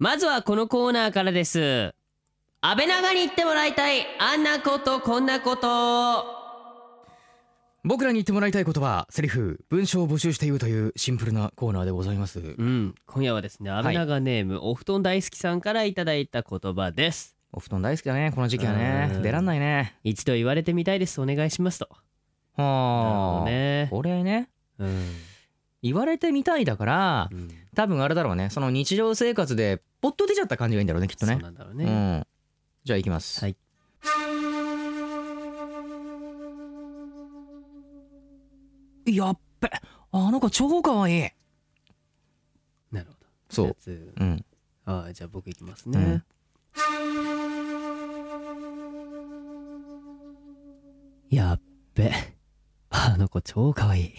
まずはこのコーナーからです安倍長に言ってもらいたいあんなことこんなこと僕らに言ってもらいたいことはセリフ文章を募集しているというシンプルなコーナーでございますうん今夜はですね安倍長ネーム、お布団大好きさんからいただいた言葉ですお布団大好きだねこの時期はうねん出らんないね一度言われてみたいですお願いしますとはあ、なるほこれねどね言われてみたいだからうん、うん多分あれだろうねその日常生活でポッと出ちゃった感じがいいんだろうねきっとそうねなんだろううね、んじゃあ行きます、はいやっべあの子超可愛いなるほどそやうつうんああじゃあ僕いきますうねん、やっべあの子超可愛い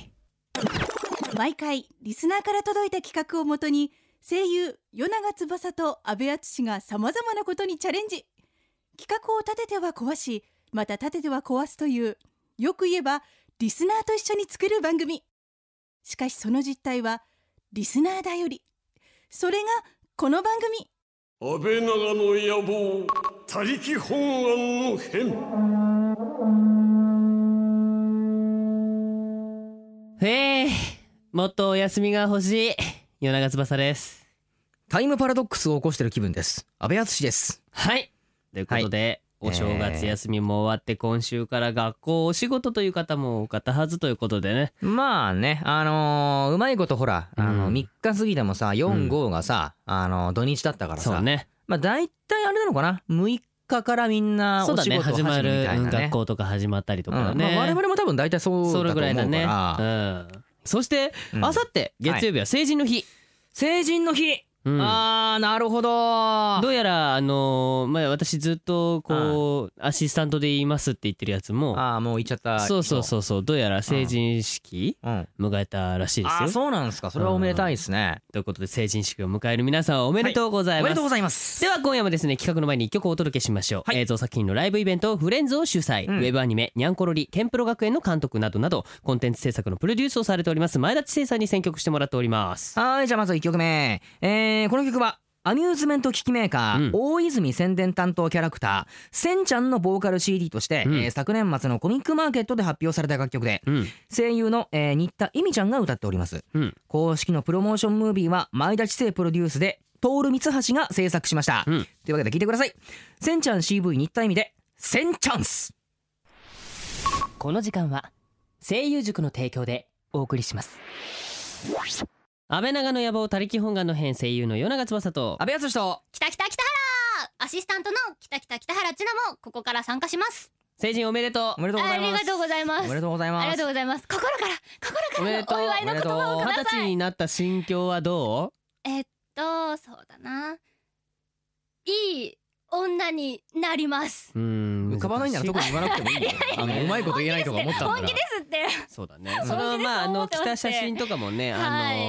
毎回リスナーから届いた企画をもとに声優与永翼と阿部淳がさまざまなことにチャレンジ企画を立てては壊しまた立てては壊すというよく言えばリスナーと一緒に作る番組しかしその実態はリスナーだよりそれがこの番組安倍長の野望他力本願の変へえもっとお休みが欲しい夜長翼ですタイムパラドックスを起こしてる気分です安倍敦ですはいということで、はいお正月休みも終わって今週から学校お仕事という方も多かったはずということでねまあねあのーうまいことほらあうのん3日過ぎてもさうん45がさ、あのー土日だったからそうさ、ねまあ大体あれなのかな6日からみんなそうおだ仕ね事始始まめるみるたいなね学校とか始まったりとかうんまね、あ、我々も多分大体そうそだれとぐらいだ思うねからうんそしてうんあさって月曜日は成人の日、成人の日、うんあーなるほどどうやらあのーまあ私ずっとこうアシスタントで言いますって言ってるやつもあーもう行っちゃったそうそうそうそうどうやら成人式う、うん、迎えたらしいであーすよそうなんですかそれはおめでたいですね、ということで成人式を迎える皆さんおめでとうございおまめす、でとうございますでは今夜もですね企画の前に一曲お届けしましょう、はい映像作品のライブイベントフレンズを主催、うんウェブアニメ「にゃんころり天ぷら学園」の監督などなどコンテンツ制作のプロデュースをされております前田知世さんに選曲してもらっておりますはいじゃあまず1曲目、えーこの曲はアミューズメント機器メーカー、うん大泉宣伝担当キャラクターせんちゃんのボーカル CD として、うんえー昨年末のコミックマーケットで発表された楽曲でうん声優の、えー新田恵美ちゃんが歌っております、うん公式のプロモーションムービーは前田知世プロデュースで徹三橋が制作しました、うんというわけで聞いてくださいせんちゃん CV 新田恵美でせんチャンスこの時間は声優塾の提供でお送りします安倍長の野望他力本願の編声優の与永翼と阿部淳ときたきたきた原アシスタントのきたきたきた原千奈もここから参加します成人おめでとおめでとうござあいまりすがとうございますおめでとうございますありがとうございます心からうお心からのお祝いの言葉をおく二十ださ歳いになった心境はどえっとそうだないい女になりますううん浮かばないなら特に言わなく てもいいんだよあのうまいこと言えないとか思ったんだから本気ですってそうだねうんそのまああ そうの思って着ましてた写真とかもねあの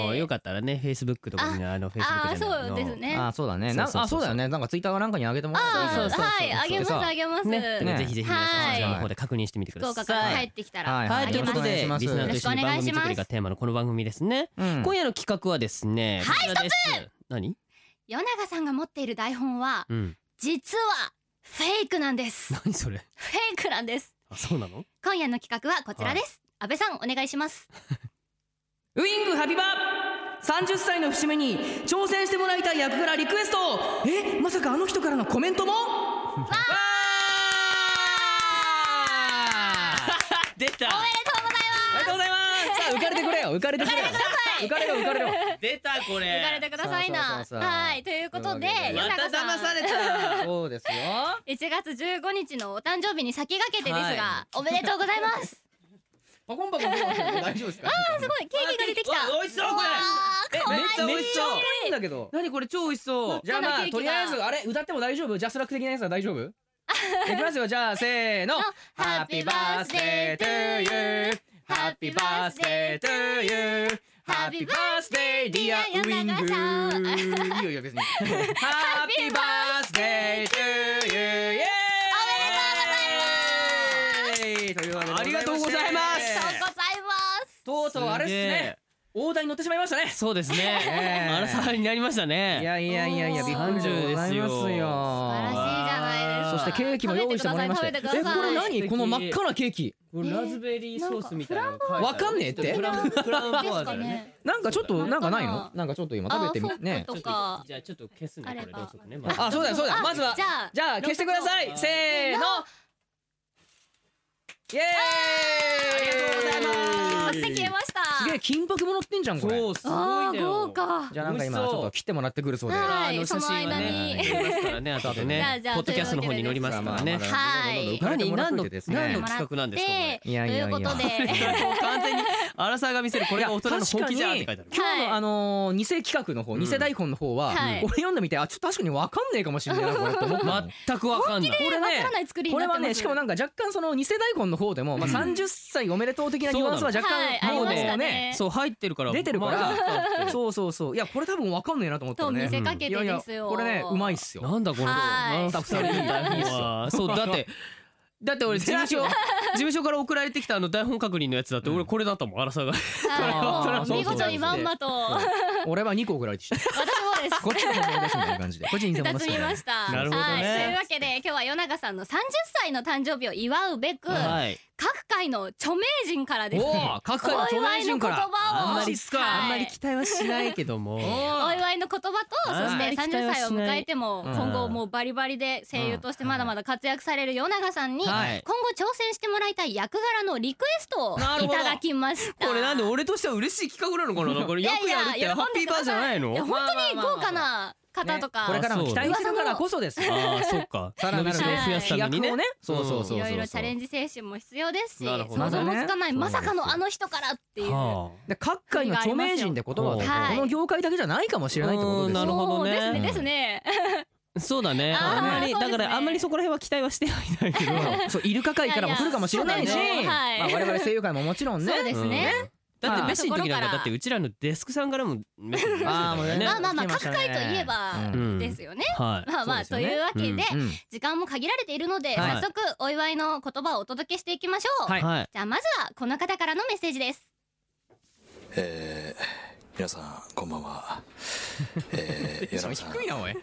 はいよかったらねフェイスブックとかにあのフェイスブッあクーじゃないそうですねああーそうだねなそうそうそうあそうだよねなんかツイッターかなんかにあげてもらったらいいあそうよーそうそうはいあげますそうあげます、ねだからねぜひぜひ皆さんはそいちらの方で確認してみてく福だ岡からさ帰いってきたら、はいはいということお願いでしますリスナーと一緒に番組作りがテーマのこの番組ですねうん今夜の企画はですねはいストップ何与永さんが持っている台本はうん実はフェイクなんですフ何それェイクなんですあそうなの今夜の企画はこちらです、安倍さんお願いしますウイングハビバ30歳の節目に挑戦してもらいたい役柄リクエストえまさかあの人からのコメントも 出たありがとうございますさあ浮かれてくれよ浮かれてくれよ浮かれろ浮かれろ出たこれ行かれてくださいなそうそうそうそうはいということでというわけで与永さんれ そうですよ1月15日のお誕生日に先駆けてですが、はおめでとうございます パコンパコンパコン大丈夫ですかすごいケーキが出てきたわ美味しそうこれわえーかわいいめっちゃ美味しそういいんだけど何これ超美味しそうじゃあま真っあ赤なケーとキがりあえずあれ歌っても大丈夫ジャスラック的なやつは大 丈夫いきますよじゃあせーの Happy birthday to you Happy birthday to you Happy birthday dear いい Wing よいいよ別に Happy birthday to you イエーイおめでとうございますありがとうございますとうとうあれっすね大台に乗ってしまいましたねそうですねええあらさになりましたねいやいやいやいやびっくりでございま30ですすよ素晴らしいじよゃないですかそしてケーキも用意してもらいました食べてくださいえこ食べてれください何この真っ赤なケーキこれラズベリーソースみたいなの書いてあるわかんねえってフランフランボワーでズすかだねねなんかちょっとなんかない真のっ赤ななんかちょっと今食べてあみねそうちょっとかじゃあちょっと消すねこあれればどうするねああそうだよそうだよあまずはじゃあじゃあ消してくださいあせーのイエーイあして消えましたすげえ金箔ものってんじゃんこれそうすごいあんだー豪よ華じゃあなんか今ち美味しょそうっと切ってもらってくるそうではいあの写その真は間ねに載りますからね あとでじゃあねじゃあポッドキャストの方に載りますからねさはあまだまだいどんどん伺ってもらっといてですね何何もらっ企画なんですかこれいやいや いやということ で完全に荒沢が見せるこれが大人の本気じゃんって書いてある今日はいのあのー偽企画の方、うん偽台本の方は、はい俺読んでみてあちょっと確かにわかんねえかもしれないなこれって思 った の全くわかんないこれわからない作りにこなれってまはすねしかもなんか若干その偽台本の方でも、まあ、うん30歳おめでとう的なニュアンスは若はいあ干りもうまね,、したねねそう入ってる から出てるからまだそうそうそういやこれ多分わかんねえなと思ったとの見ねせかけいてやいやですよこれねうまいっすよなんだこのはいなんか二人の台本はそうだ ってだって俺事務 所事務所から送られてきたあの台本確認のやつだって俺これだったもん荒沢がはいそもうう見そうそう事にまんまと私 俺は2個送られてきたもですこっちも思い出すみたいな感じでこっちに偽物二でつすね見ました。なるほどねはい、というわけで今日は夜長さんの30歳の誕生日を祝うべく、はい各界の著名人からですね。おお各界の著名人からお祝いの言葉をあんまりっすか、はいあんまり期待はしないけどもお祝いの言葉とはいそして30歳を迎えてもうん今後もうバリバリで声優としてまだまだ活躍される夜長さんに今後はい挑戦してもらいたい役柄のリクエストをなるいほどただきましたこれなんで俺としては嬉しい企画なのかなこれいよやくやるっいてやハッ喜んピでーバくだーじゃさないいのいや本当に豪華な方とねこれかからも期待してるからこそですよああそっかさらなる伸びしろを増やすためにね飛躍をそうそうそういそうろいろチャレンジ精神も必要ですしなるほど想像もつかないままだねさかのあの人からっていうはで各界の著名人で言葉を、はいこの業界だけじゃないかもしれないってことですなるよ。ほどねそうですねですね。あそうだねあーあんまりそうでだすねからあんまりそこら辺は期待はしてはいないけどそうイルカ界からも来るかもしれないし、いやいやそうだねまあはい我々声優界ももちろんね。そうですね。だってまあメッシの時なんところかからだってうちらのデスクさんからもメッセージああもうね。まあまあまあ来てしたね各界といえばうんですよね。はまあまあ、そとうですよねいうわけで、うんうん時間も限られているので、はい早速お祝いの言葉をお届けしていきましょう、いはいじゃあまずはこの方からのメッセージですえー、皆さんこんばんは。え ー、柳さん、低いなおい。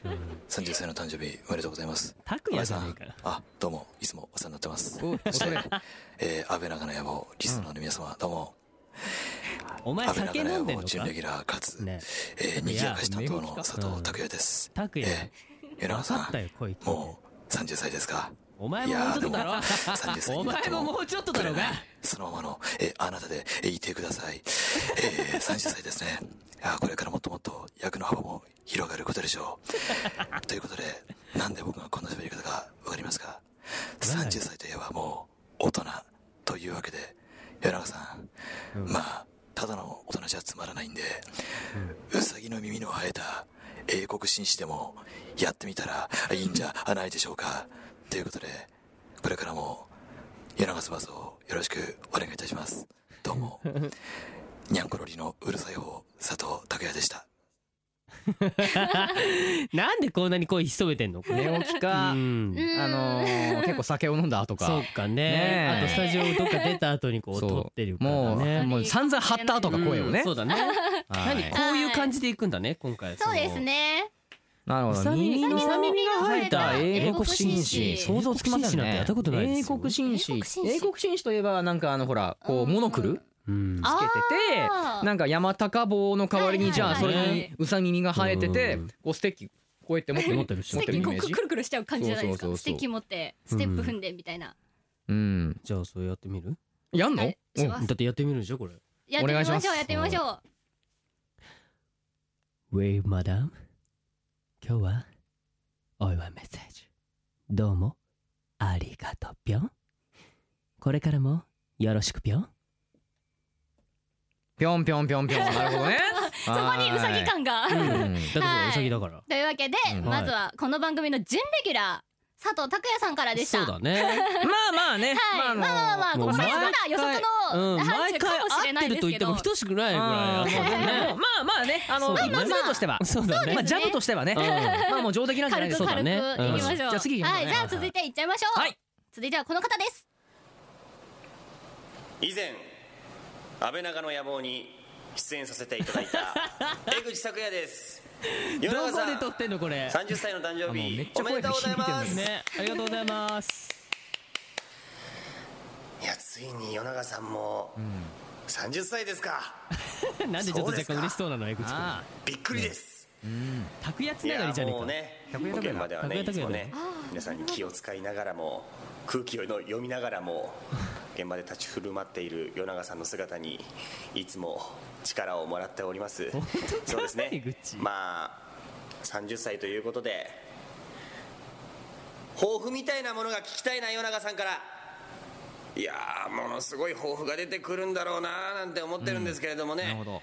三十歳の誕生日おめでとうございます。タクヤじさゃねえんかよ、あ、どうもいつもお世話になってます。おそして恐れ、えー、安倍長の野望リスナーの皆様、どうも。お前安倍酒長飲んので野んの望準かレギュラーかつ、ねえー、にぎやかし担当いやの佐藤拓也です。拓也えー、柳勝さったよん、こいつもう三十歳ですか。お前ももうちょっとだろいやーでも30歳おになっ前てもももうちょっ とだろうがそのままの、えーあなたで、えーいてください。えー、30歳ですね。あーこれからもっともっと役の幅も広がることでしょ う。ということで、なんで僕がこんな喋り方かわかりますか ?30 歳といえばもう大人というわけで、柳中さん、まあ、ただの大人じゃつまらないんで、うさぎの耳の生えた英国紳士でもやってみたらいいんじゃないでしょうか。ということで、これからも柳瀬バスをよろしくお願いいたしますど うもにゃんころりのうるさい方佐藤拓也でしたなんでこんなに声潜めてんの寝起きかう、んうーんあのー結構酒を飲んだ後そかう。かねねえあとスタジオどっか出た後にこうそう撮ってるからもうねもう散々張った後か声をうねんそ。う だねは何いこういう感じでいくんだね今回そうですねなるうほど。さぎ耳ののさ耳が生えた英英国国紳紳士士想像つきません英国紳士なねんてやったことないで英すよ国紳士英国紳士英国紳士といえばなんかあのほらこううんモノクルうんあつけててあーなんか山高帽の代わりにじゃあはいそはいれはいにうさ耳が生えててうんこうステッキこうやって持って持ってるし持スっテてるッキイこうメーくジるくるしちゃう感じじゃないですそうそうそうそうかステッキ持ってステップ踏んでみたいな、うんじゃあそれやってみるやんのはいしますだってやってみるでしょこれやってみお願いしまますしょうやってみましょうウェイマダム今日はお祝いメッセージどうもありがとうぴょんこれからもよろしくぴょんぴょんぴょんぴょんぴょんなるほどねそこにウサギ感が、うんだからウサギだからというわけで、うんまずはこの番組の準レギュラー佐藤拓也さんからでしたそうだねまあまあねはい、まあまあまああこもこうら辺はまだ予測のうん範疇毎回かもしれな合っていでるすと言っけてども等しくないぐあらいーだねまあまあねあそのうだねジャブとしては そうだねまあジャブとしてはねうまあもう上出来なんじゃないで軽くすそうかだ軽くねいきましょう、うんじゃあ次行きましょうはいねじゃあ続いていっちゃいましょう、はい続いてはこの方です以前安倍長の野望に出演させていただ いた江口拓也です世ど永こさでん撮ってんのこれ30歳の誕あ生もうめ日っちおゃめ声でとがうござ響いいてま、ますすねありがとうござい ますいやついに世永さんも30歳ですかなんでちょっと若干嬉しそうなの江口君あびっくりですあ拓也ついながやりじゃねえもかうね拓也拓現也だ場ではねい拓つ也も拓也だね皆さんに気を使いながらも空気を読みながらも現場で立ち振る舞っている世永さんの姿にいつも力をもらっておりますそうですね江口まあ30歳ということで抱負みたいなものが聞きたいな世永さんからいやーものすごい抱負が出てくるんだろうなーなんて思ってるんですけれどもなるねほ、ど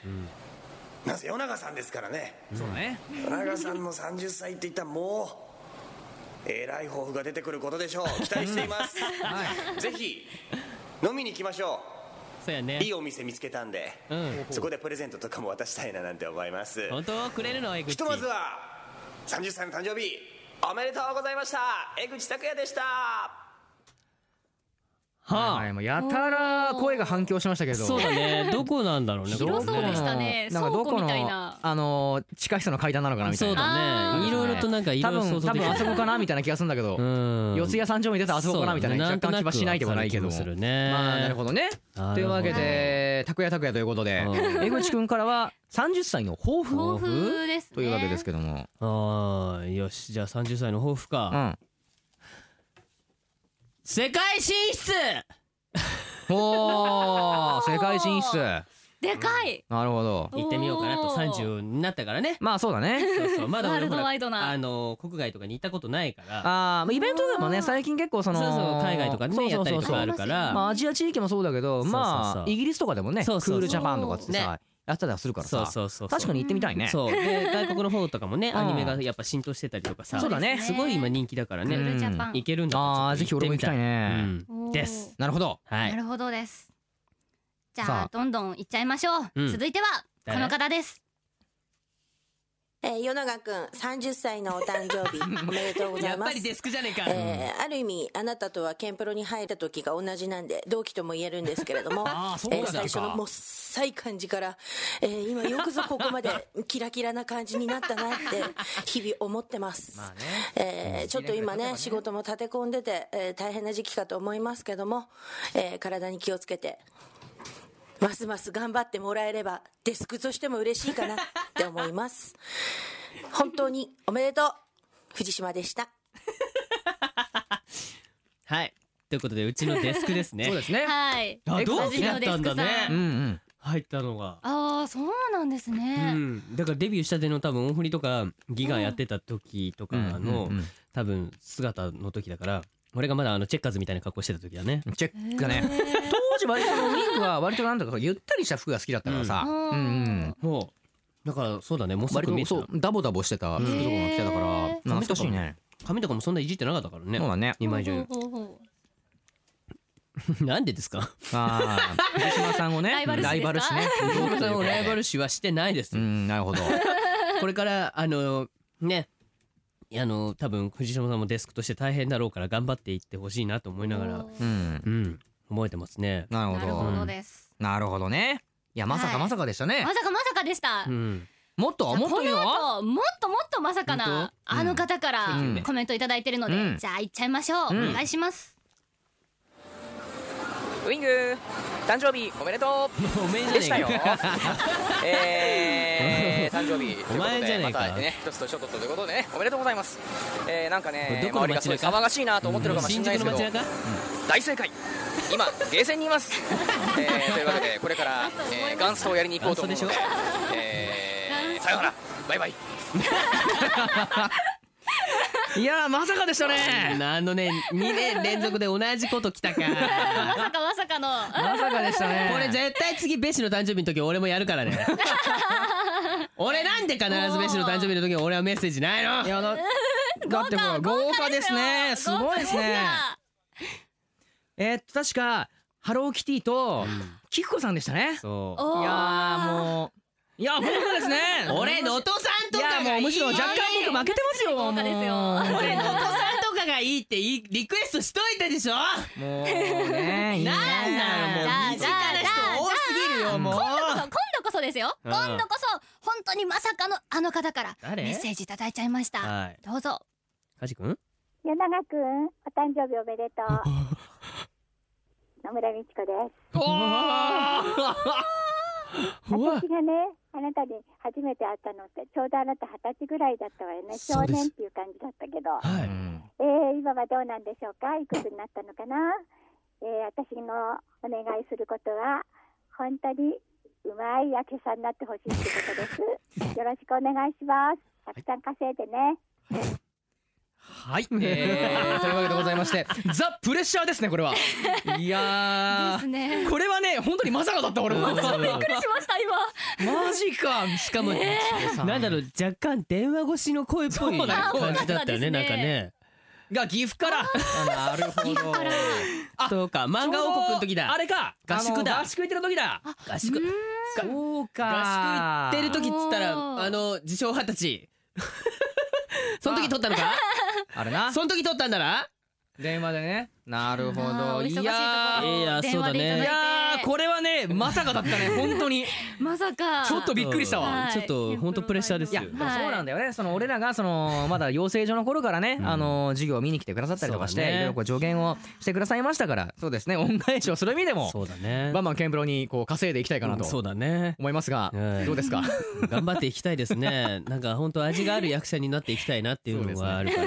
なぜ世永さんですからねそうだね田中さんの30歳って言ったらもうえらい抱負が出てくることでしょう期待していますぜひ飲みに行きましょそうやういねいお店見つけたんでうんそこでプレゼントとかも渡したいななんて思います本当くれるの江口ひとまずは30歳の誕生日おめでとうございました江口拓也でしたはあ、はいもうやたら声が反響しましたけどそうだねどこなんだろうね広そうこれでねしたねなんかどこ倉庫みのたいなあのー地下室の階段なのかなみたそいうなだあねーいろいろとなんかい多ろいろ想分像多でき分るあそこかなみたいな気がするんだけどうん四谷三丁目出たあそこかなみたいなそうだ若ね干気はしないでもないけどもなんとなくわかる気もするねまあなるほどねなるほどというわけで拓也拓也ということでう江口くんからは30歳の抱負豊富ですねというわけですけどもあーよしじゃあ30歳の抱負か、うん世界進出おー世界進出でかいなるほどおー行ってみようかなと30になったから ねまあそうだねそうそうまだワー俺ほルドらワイドなあの国外とかに行ったことないからあーまあイベントとかもね最近結構そそうのそう海外とかでそうねそやっうたそりうとかあるからまあアジア地域もそうだけどそうそうそうまあイギリスとかでもねクそうそうそうールジャパンとかっつってねさやってたりはするからそうさそうそうそう確かに行ってみたいねそうで外国の方とかもね うんアニメがやっぱ浸透してたりとかさそうだねすごい今人気だからクーねルジャパン行けるんだあーぜひ俺も行きたいねねおーですなるほどはないるほどですじさゃああどんどん行っちゃいましょう、うん続いてはこの方ですえー、与永くん、30歳のお誕生 日、おめでとうござやいっまぱすり。デスクじゃねえかえーある意味、あなたとはケンプロに入った時が同じなんで、同期とも言えるんですけれど も、あーそうえなんーだ最初のもっさい感じから、えー今よくぞここまでキラキラな感じになったなって、日々思ってます。まあねえーちょっと今一年ぐらい経てばねね、仕事も立て込んでて、えー大変な時期かと思いますけども、えー体に気をつけて、ますます頑張ってもらえれば、デスクとしても嬉しいかなって思い ます。本当におめでとう藤島でした。はいということでうちのデスクですねそうですねはいあエク同サジ期のだったんだねデスクさうんんうん入ったのがああそうなんですうね、ん、だからデビューしたての多分大振りとかギガやってた時とかうんのうんうん多分姿の時だから俺がまだあのチェッカーズみたいな格好してた時だねチェックがね当時割とそのウィングは割となんだかゆったりした服が好きだったからさうんうんうんもうだからそうだねもうす割ぐ見えとてそうたダボダボしてた服とかも着てたからへー懐かしいね髪とかもそんないじってなかったからねそうだね今以上にほうほうほうなんでですかああ藤島さんをねライバル視ですラかイバル視ね藤岡さ んをライバル視はしてないです、うんなるほどこれからあのねあの多分藤島さんもデスクとして大変だろうから頑張っていってほしいなと思いながらおーうんうん覚えてますねなるほなるどほどです、なるほどねいやまさはかいまさかでしたねまさかまさかでした、うんもっともっといいのこの後もっともっとまさかな本当あの方からうんコメントいただいてるので、うんじゃあ行っちゃいましょう、うんお願いしますウィング誕生日おめでとうおめえでじしゃたねよえかえ ー、誕生日お前じゃねえかということでまたね一つ年を取ったということでねおめでとうございます、えー、なんかこれねどこの周りがすごい騒がしいなと思ってるかもしれ新ないで宿すのけど街中大正解今ゲーセンにいます、えー、というわけでこれから、えー、元祖をやりに行こうと思うので元祖でえー、さようならバイバイいやまさかでしたねあのね2年連続で同じこと来たかまさかまさかのまさかでしたね これ絶対次ベシの誕生日の時俺もやるから ね俺なんで必ずベシの誕生日の時俺はメッセージないのいやだだってこれ豪華ですねすごいですねえーっと確かハローキティとキクコさんでしたねそおいーやーもういや豪華です ねう俺能登さんといかがやもいういむしろ若干僕負けてますよ豪華ですよもう俺能登さんとかがいいっていリクエストしといたでしょもうねいいねなんだよもうじゃあ身近な人多すぎるよもう今度こそ今度こそですようん今度こそ本当にまさかのあの方から誰メッセージいただいちゃいましたはいどうぞカジ君柳永くん、お誕生日おめで とう。野村美智子です。おーうわ私がね、あなたに初めて会ったのって、ちょうどあなた二十歳ぐらいだったわよね。そ少うです年っていう感じだったけど。はいえー、今はどうなんでしょうかいくつになったのかなえー、私のお願いすることは、本当にうまい明けさんになってほしいってことです。よろしくお願いします。たくさん稼いでね。はい、えー、というわけでございましてザ・プレッシャーですねこれ はいやですねーこれはね本当にまさかだった俺もマびっくりしました今ジかしかも、なんだろう若干電話越しの声っぽいそうだね感じだったよねそうだねなんかねが岐阜からなるほどあそうか漫画王国の時だあれか合宿だあの合宿行ってる時だ合宿そう合宿行かってる時っつったおーらあの自称二十 歳その時撮ったのかあれなその時撮ったんだな電話でねなるほあーどお忙しいといやころいやー電話でいたーだいていやーこれはねまさかだった ね本当にまさかちょっとびっくりしたわはいちょっと本当プレッシャーですよはいいやそうなんだよねその俺らがそのまだ養成所の頃からね、うんあの授業を見に来てくださったりとかしそうだて、ねいろいろこう助言をしてくださいましたからそうですね恩返しをする意味でもそうだねバンバンケンプロにこう稼いでいきたいかなそうとだね思いますが、はいどうですか頑張っていきたいですねなんか本当味がある役者になっていきたいなっていうのがあるから、い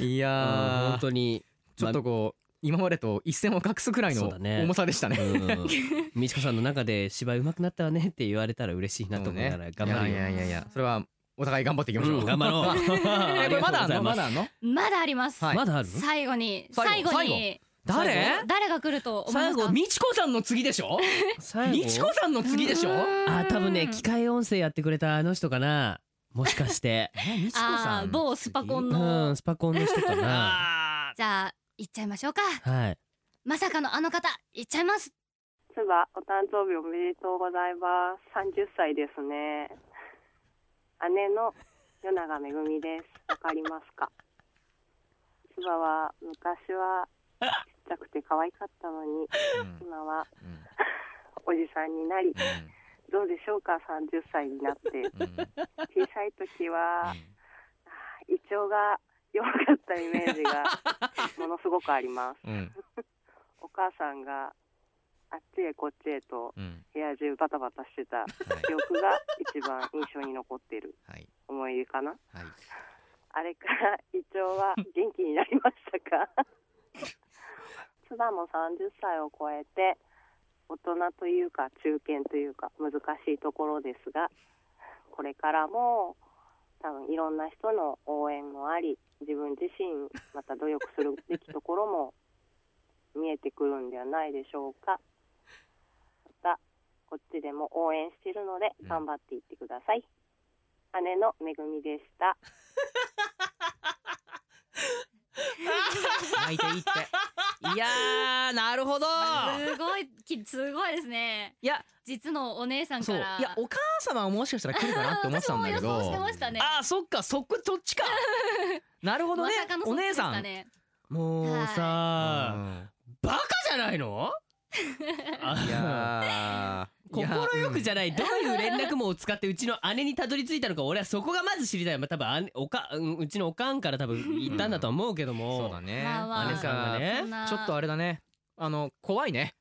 うんや本当にちょっとこう今までと一線を画すくらいそのうだね重さでしたね。 うん美智子さんの中で芝居上手くなったわねって言われたら嬉しいなと思いながら頑張るいよ、やいやいやいやそれはお互い頑張っていきましょう、うん頑張ろ うえこれまだあんのままだだあんのまだあります、はいまだある最後に最最後後に誰誰が来ると思いま最すか後美智子さんの次でしょ最美智子さんの次でしょあ多分ね機械音声やってくれたあの人かなもしかして 美智子あー某スパコンうのんスパコンの人か なあじゃあ行っちゃいましょうかはいまさかのあの方行っちゃいますつば、お誕生日おめでとうございます。30歳ですね。姉の与永めぐみです。わかりますかつばは昔はちっちゃくて可愛かったのに、ーうん今はうんおじさんになり、どうでしょうか30歳になって。うんうん小さい時は胃腸が弱かったイメージがものすごくあります。うんお母さんがあっちへこっちへとうん部屋中バタバタしてたはい記憶が一番印象に残っているはい思い出かなはいあれから胃腸は元気になりましたか つばも30歳を超えて大人というか中堅というか難しいところですがこれからも多分いろんな人の応援もあり自分自身また努力するべきところも見えてくるんではないでしょうかまたこっちでも応援しているのでうん頑張っていってください、姉のめぐみでした泣いていいっていやーなるほどすごいきすごいですねいや実のお姉さん そかういらやお母様はもしかしたら来るかなって思ってたんだけ私も予想してどましたねあーそっかそこそっちかなるほどまねさかのそおっち姉でしさたんねもうさバカじゃない のいやー心よくじゃないどういう連絡網を使ってうちの姉にたどり着いたのか俺はそこがまず知りたい、まあ、多分姉おかうんうちのおかんから多分言ったんだとは思うけども、そうだねまあまあ姉さんがねそんなちょっとあれだねあの怖いね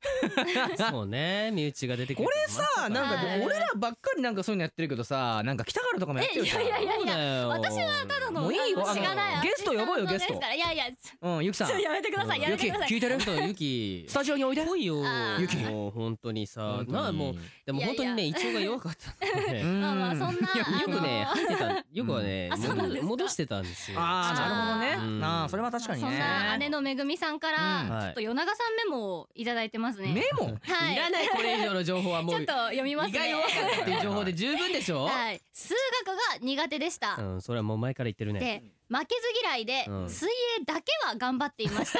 そうね身内が出てく るこれさなんかはい俺らばっかりなんかそういうのやってるけどさなんか北原とかもやってるじゃんえいやいやいや私はただのもういいよあのあの知らないゲスト呼ぼうよあのゲストですからいやいやちうんゆきさんょやめてくださいやめてください聞い てる人ゆきスタジオにおいで来いよあーゆきもう本当にさ本当になもうでも本当にねい胃腸が弱かったんでねまあ まあうんそんなあよくねの入ってたよくはねあそうなんです戻か戻してたんですよああなるほどうねんああそれは確かにそんな姉ねのめぐみさんかうんらはいちょっと与永さんメモをいただいてますメねモはいらないこれ以上の情報はもちうょっと読みます胃がね弱かったっていう情報で十分でしょはい数学が苦手でしたうんそれはもう前から言ってるねで負けず嫌いでうん水泳だけは頑張っていました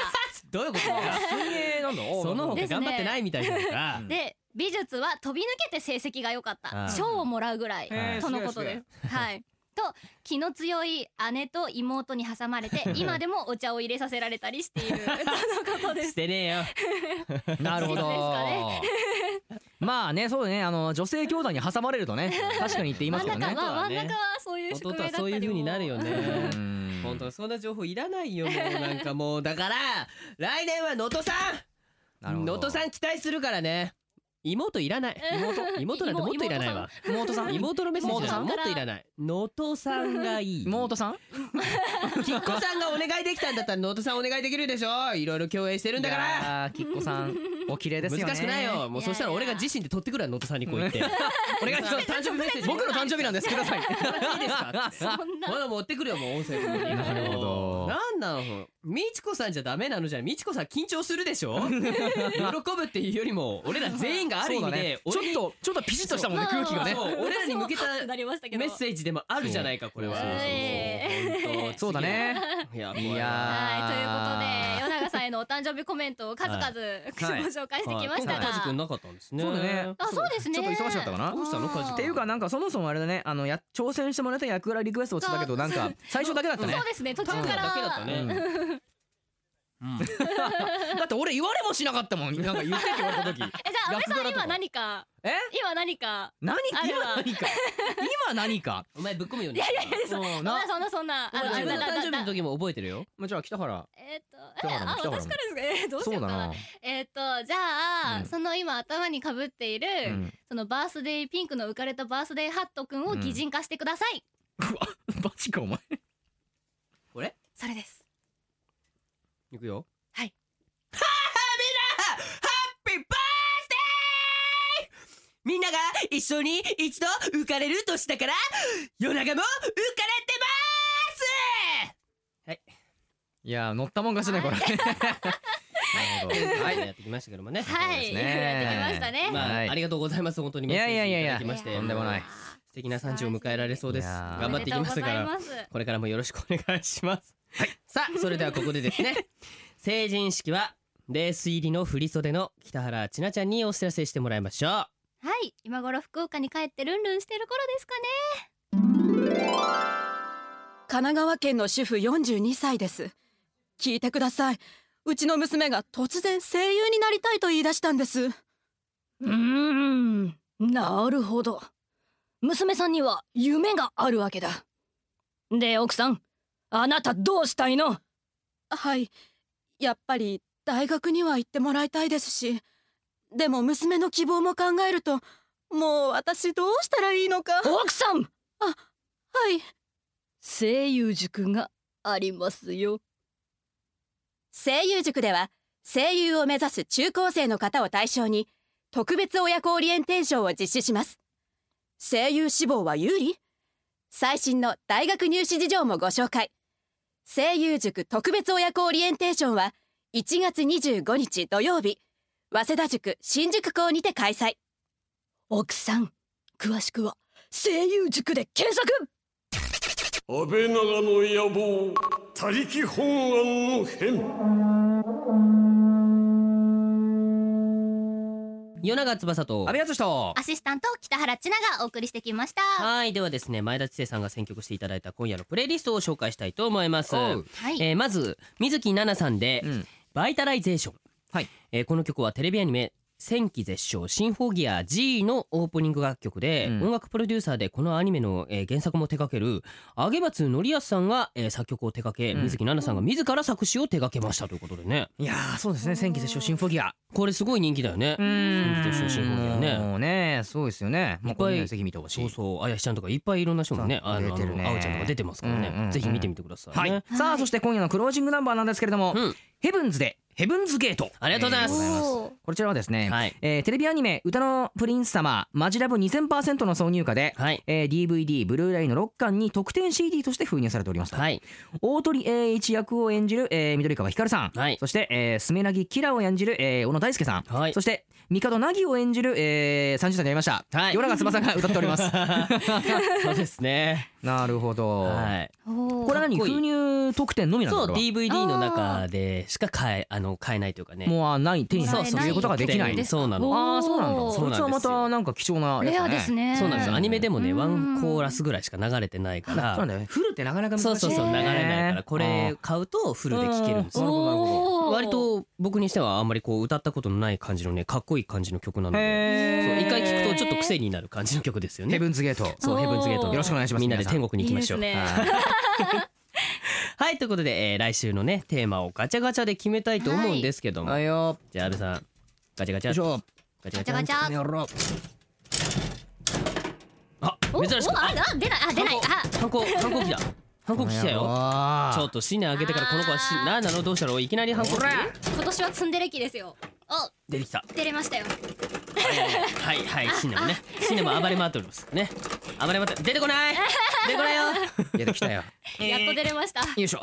どういうこと水泳なんだ そので他すね頑張ってないみたいだからうんで美術は飛び抜けて成績が良かっあたー賞をもらうぐらいへーとのことですはいと気の強い姉と妹に挟まれて今でもお茶を入れさせられた りしているとのことですしてねえよなるほどですかね まあねそうだねあの女性兄弟に挟まれるとね確かに言っていますけどね真ん中は真ん中はそういう宿弟命だはったりそういう風になるよねう。ん本当そんな情報いらないよもうなんか もうだから来年は能登さなんる能ほど登さん期待するからね。妹いらない。妹 妹なんてもっといらないわ。妹さん妹のメッセージ妹さはんもっといらない。能登さんがいい。妹さんきっこさんがお願いできたんだったら能登さんお願いできるでしょいろいろ共演してるんだかららきっこさん お綺麗ですよね難しくないよもういやいやそしたら俺が自身で取ってくるわ能登さんにこう言ってお願いします誕生日メッセージ僕の誕生日なんですくださいいい ですそんなまだ持ってくるよもう音声とかになるほどなんなのみちこさんじゃダメなのじゃんみちこさん緊張するでし ょ喜ぶっていうよりも俺ら全員がある意味でちょ俺っにとちょっとピシッとしたもんねそう空気がねそう 俺らに向けた私もってなりましたけどメッセージでもあるじゃないかこれはそうそうそうそう本当 そう だねいやいはい、というやことで、与永さんへのお誕生次コメントを数 々、ははいご紹介してきましたが、カジ君なかったんですねそうだねあ、そうですね。ちょっと忙しかったかなどうしたのカジ君っていうかなんかそもそもあれだねあのや挑戦してもらった役柄リクエストをしてたけどなんか最初だけだったねそうですね、途中タンかガだけだっらた。うねんだって俺言われもしなかったもんなんか言ってって言われた時え、じゃあ、安役柄倍さん、とか今何か、え今何か。何あれ今は何か今何か お前ぶっ込むよねいやいやうんそんなな、そんな、そんな、自分のだだ誕生日のだ時も覚えてるよまあじゃあ北原えっと、北え、原もあ、北原も私からですかえ、どうしそよううかだなな。えっと、じゃうあん、その今頭にかぶっているう、んそのバースデーピンクの浮かれたバースデーハットくんを擬人化してください。マジかお前それです。いくよはいみんなが一緒に一度浮かれる年だから夜長も浮かれてますいや乗ったもん勝ちねこれなるほどはい、やってきましたけどもね。はでい、すやねってきましたまあ、ね。はいありがとうございます。本当にいやいやいやいやメッセージただきましてとんでもない素敵な産地を迎えられそうです。いやー頑張っていきますかおめでとうら、ございますこれからもよろしくお願いします。さあ、それではここでです ね、成人式はレース入りの振袖の北原千奈ちゃんにお知らせしてもらいましょう。はい、今頃福岡に帰ってルンルンしてる頃ですかね。神奈川県の主婦42歳です聞いてくださいうちの娘が突然声優になりたいと言い出したんですうーんなるほど娘さんには夢があるわけだで奥さんあなたどうしたいのはいやっぱり大学には行ってもらいたいですしでも娘の希望も考えるともう私どうしたらいいのか奥さんあはい声優塾がありますよ声優塾では声優を目指す中高生の方を対象に特別親子オリエンテーションを実施します声優志望は有利最新の大学入試事情もご紹介声優塾特別親子オリエンテーションは1月25日土曜日早稲田塾新宿校にて開催奥さん詳しくは声優塾で検索安倍長の野望他力本願の変夜長翼と阿部。淳とアシスタント北原千奈がお送りしてきました。ははい、ではですね、前田知世さんが選曲していただいた今夜のプレイリストを紹介したいと思います。おうい。えーまず水木奈々さんで、うんバイタライゼーション、はいえーこの曲はテレビアニメ「戦記絶唱シンフォギア G」のオープニング楽曲で、うん音楽プロデューサーでこのアニメの、えー原作も手掛ける上松典康さんが、えー作曲を手掛け、うん水木奈々さんが自ら作詞を手掛けましたということでねいやーそうですね千期絶唱シンフォギアこれすごい人気だよね。うん千期絶唱シンフォギアねもうねそうですよねもうこれねぜひ見てほしいそうそうあやしちゃんとかいっぱいいろんな人がねそうあのあ出てるねのあおちゃんとか出てますからね、うんうんうんぜひ見てみてくださいね、はい、さあそして今夜のクロージングナンバーなんですけれども、うんヘブンズでヘブンズゲートありがとうございますえーおーこちらはですね、はいえーテレビアニメ「歌のプリンス様マジラブ2000%」の挿入歌で、はいえー DVD ブルーライの6巻に特典 CD として封入されております、はい大鳥栄一役を演じる、えー、緑川光さん、はいそして、えー、スメラギキラを演じる、えー小野大輔さん、はいそして帝ナギを演じる、えー、30歳になりました、はい 夜長翼が歌っておりますそうですねなるほど。はいここれは何封入特典のみなんだそうこれは DVD の中でしか買えあの買えないというかねもうあない手に入れることができない。そうなのああそうなんだ。そうそなんでいつすよはまたなんか貴重なやつだね。レアですねそうなんですよアニメでもねうんワンコーラスぐらいしか流れてないかそうなんだらよね。フルってなかなか難しいそようね。そうそう流れないからこれ買うとフルで聴けるんですなるよほどなるほど。割と僕にしてはあんまりこう歌ったことのない感じのねかっこいい感じの曲なのでへーそう一回聴くとちょっと癖になる感じの曲ですよねヘブンズゲート。そうヘブンズゲートよろしくお願いしますみんなで天国に行きましょういいですねはいはいということで、えー来週のねテーマをガチャガチャで決めたいと思うんですけども、はいよ。じゃあ阿部さんガチャガチャよいしょ。ガチャガチャガチャこの野郎あお珍しくおああ出ないあ出ないあ反抗反抗期だ反抗期来たよちょっと新年明けてからこの子はし何なのどうしたのいきなり反抗期今年はツンデレ期ですよお出てきた出れましたよはいはい新年もね新年も暴れ回っておりますね暴れ回って出てこない出てこないよ出てきた よ。やっと出れましたよいしょ。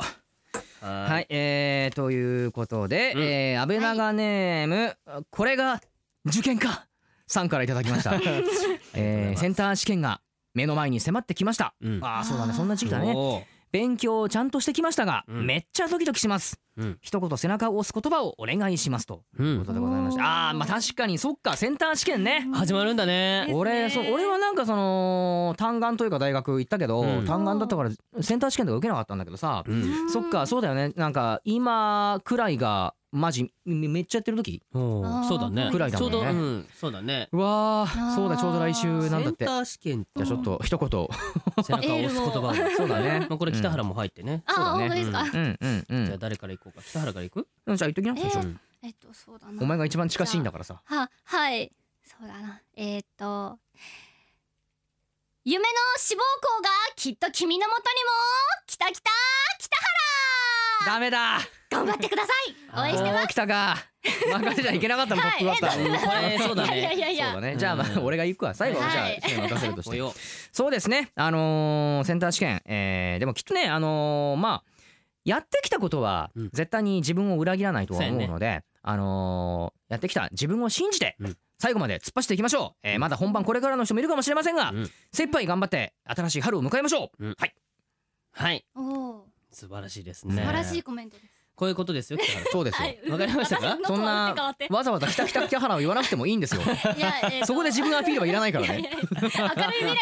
ははいい、えー、ということで、うんえー、安倍長ネーム、これが受験かさんからいただきま した、えー、センター試験が目の前に迫ってきました、うんああそうだねそんな時期だねおー勉強をちゃんとしてきましたが、うんめっちゃドキドキします、うん一言背中を押す言葉をお願いしますとういうこんとでございましたああーまあ確かにそっかセンター試験ね、始まるんだね俺そう俺はなんかその単眼というか大学行ったけど、うん単眼だったからセンター試験とか受けなかったんだけどさ、うんそっかそうだよねなんか今くらいがマジめめっちゃやってる時おーそうだねくらいだちもょうんねどうんそうだねうわあーーそうだちょうど来週なんだっセンタてじゃー試験あちょっと一言背中を押す言葉をそうだね まあこれ北原も入ってねあ本当ですかうんうんうじゃあん誰から行こうか北原から行くうんじゃあ言っときなえー最初うんえっとそうだなお前が一番近しいんだからさははいそうだなえーっと夢の志望校がきっと君のもとにもきたきた北ダメだ原頑張ってください応援してますおー来たか任せちゃいけなかったもんトップバッタうん これそうだ いやいねやいやーそうだねじゃあまあうん俺が行くわ最後じゃあはい試験任せるとしおてよそうですねあのーセンター試験えーでもきっとねあのーまあやってきたことはうん絶対に自分を裏切らないとは思うそので、あのーやってきた自分を信じてうん最後まで突っ走っていきましょう、えーまだ本番これからの人もいるかもしれませんが、うん精一杯頑張って新しい春を迎えましょう、うんはいはいおー素晴らしいです素ね晴らしいコメントですこういうことですよ北原そうですよ、はいわかりましたか 私のそんな顔って変わわざわざ「きたきたきたはら」を言わなくてもいいんですよっていやえーっ とそこで自分のアピールはいらないからねいやいや明るい未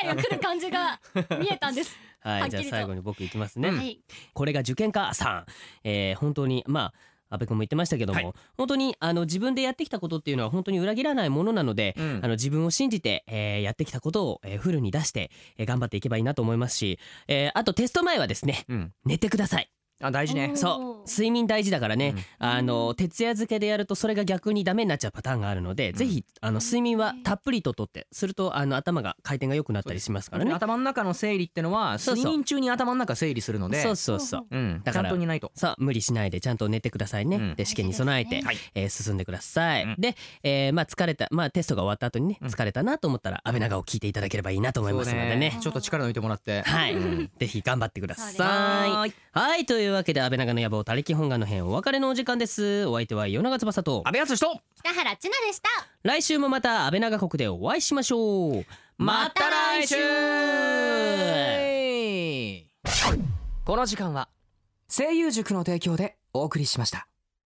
来が来る感じが見えた んです。ははいっじきゃありと最後に僕いきますね、はい。これが受験かさん、えー本当にまあ安倍君も言ってましたけども、はい本当にあの自分でやってきたことっていうのは本当に裏切らないものなので、うんあの自分を信じて、えーやってきたことを、えーフルに出して、えー頑張っていけばいいなと思いますし、えーあとテスト前はですねうん寝てくださいあ大事ねそう睡眠大事だからね、あの徹夜漬けでやるとそれが逆にダメになっちゃうパターンがあるので、んぜひあの睡眠はたっぷりととってするとあの頭が回転が良くなったりしますからね頭の中の整理ってのはそうそう睡眠中に頭の中整理するのでそうそうそううん、だちかゃらんとにないとさあ無理しないでちゃんと寝てくださいね、うんで試験に備えて、大事はいえー進んでください、うんで、えーまあ疲れたまあテストが終わった後にねうん疲れたなと思ったら安倍長を聞いていただければいいなと思いますのでねちょっと力抜いてもらってはい、うんぜひ頑張ってくだはさいはいというわけで安倍長の野望たりき本願の編お別れのお時間ですお相手は与永翼と安倍敦と北原千奈でした。来週もまた安倍長国でお会いしましょうまた来週この時間は声優塾の提供でお送りしました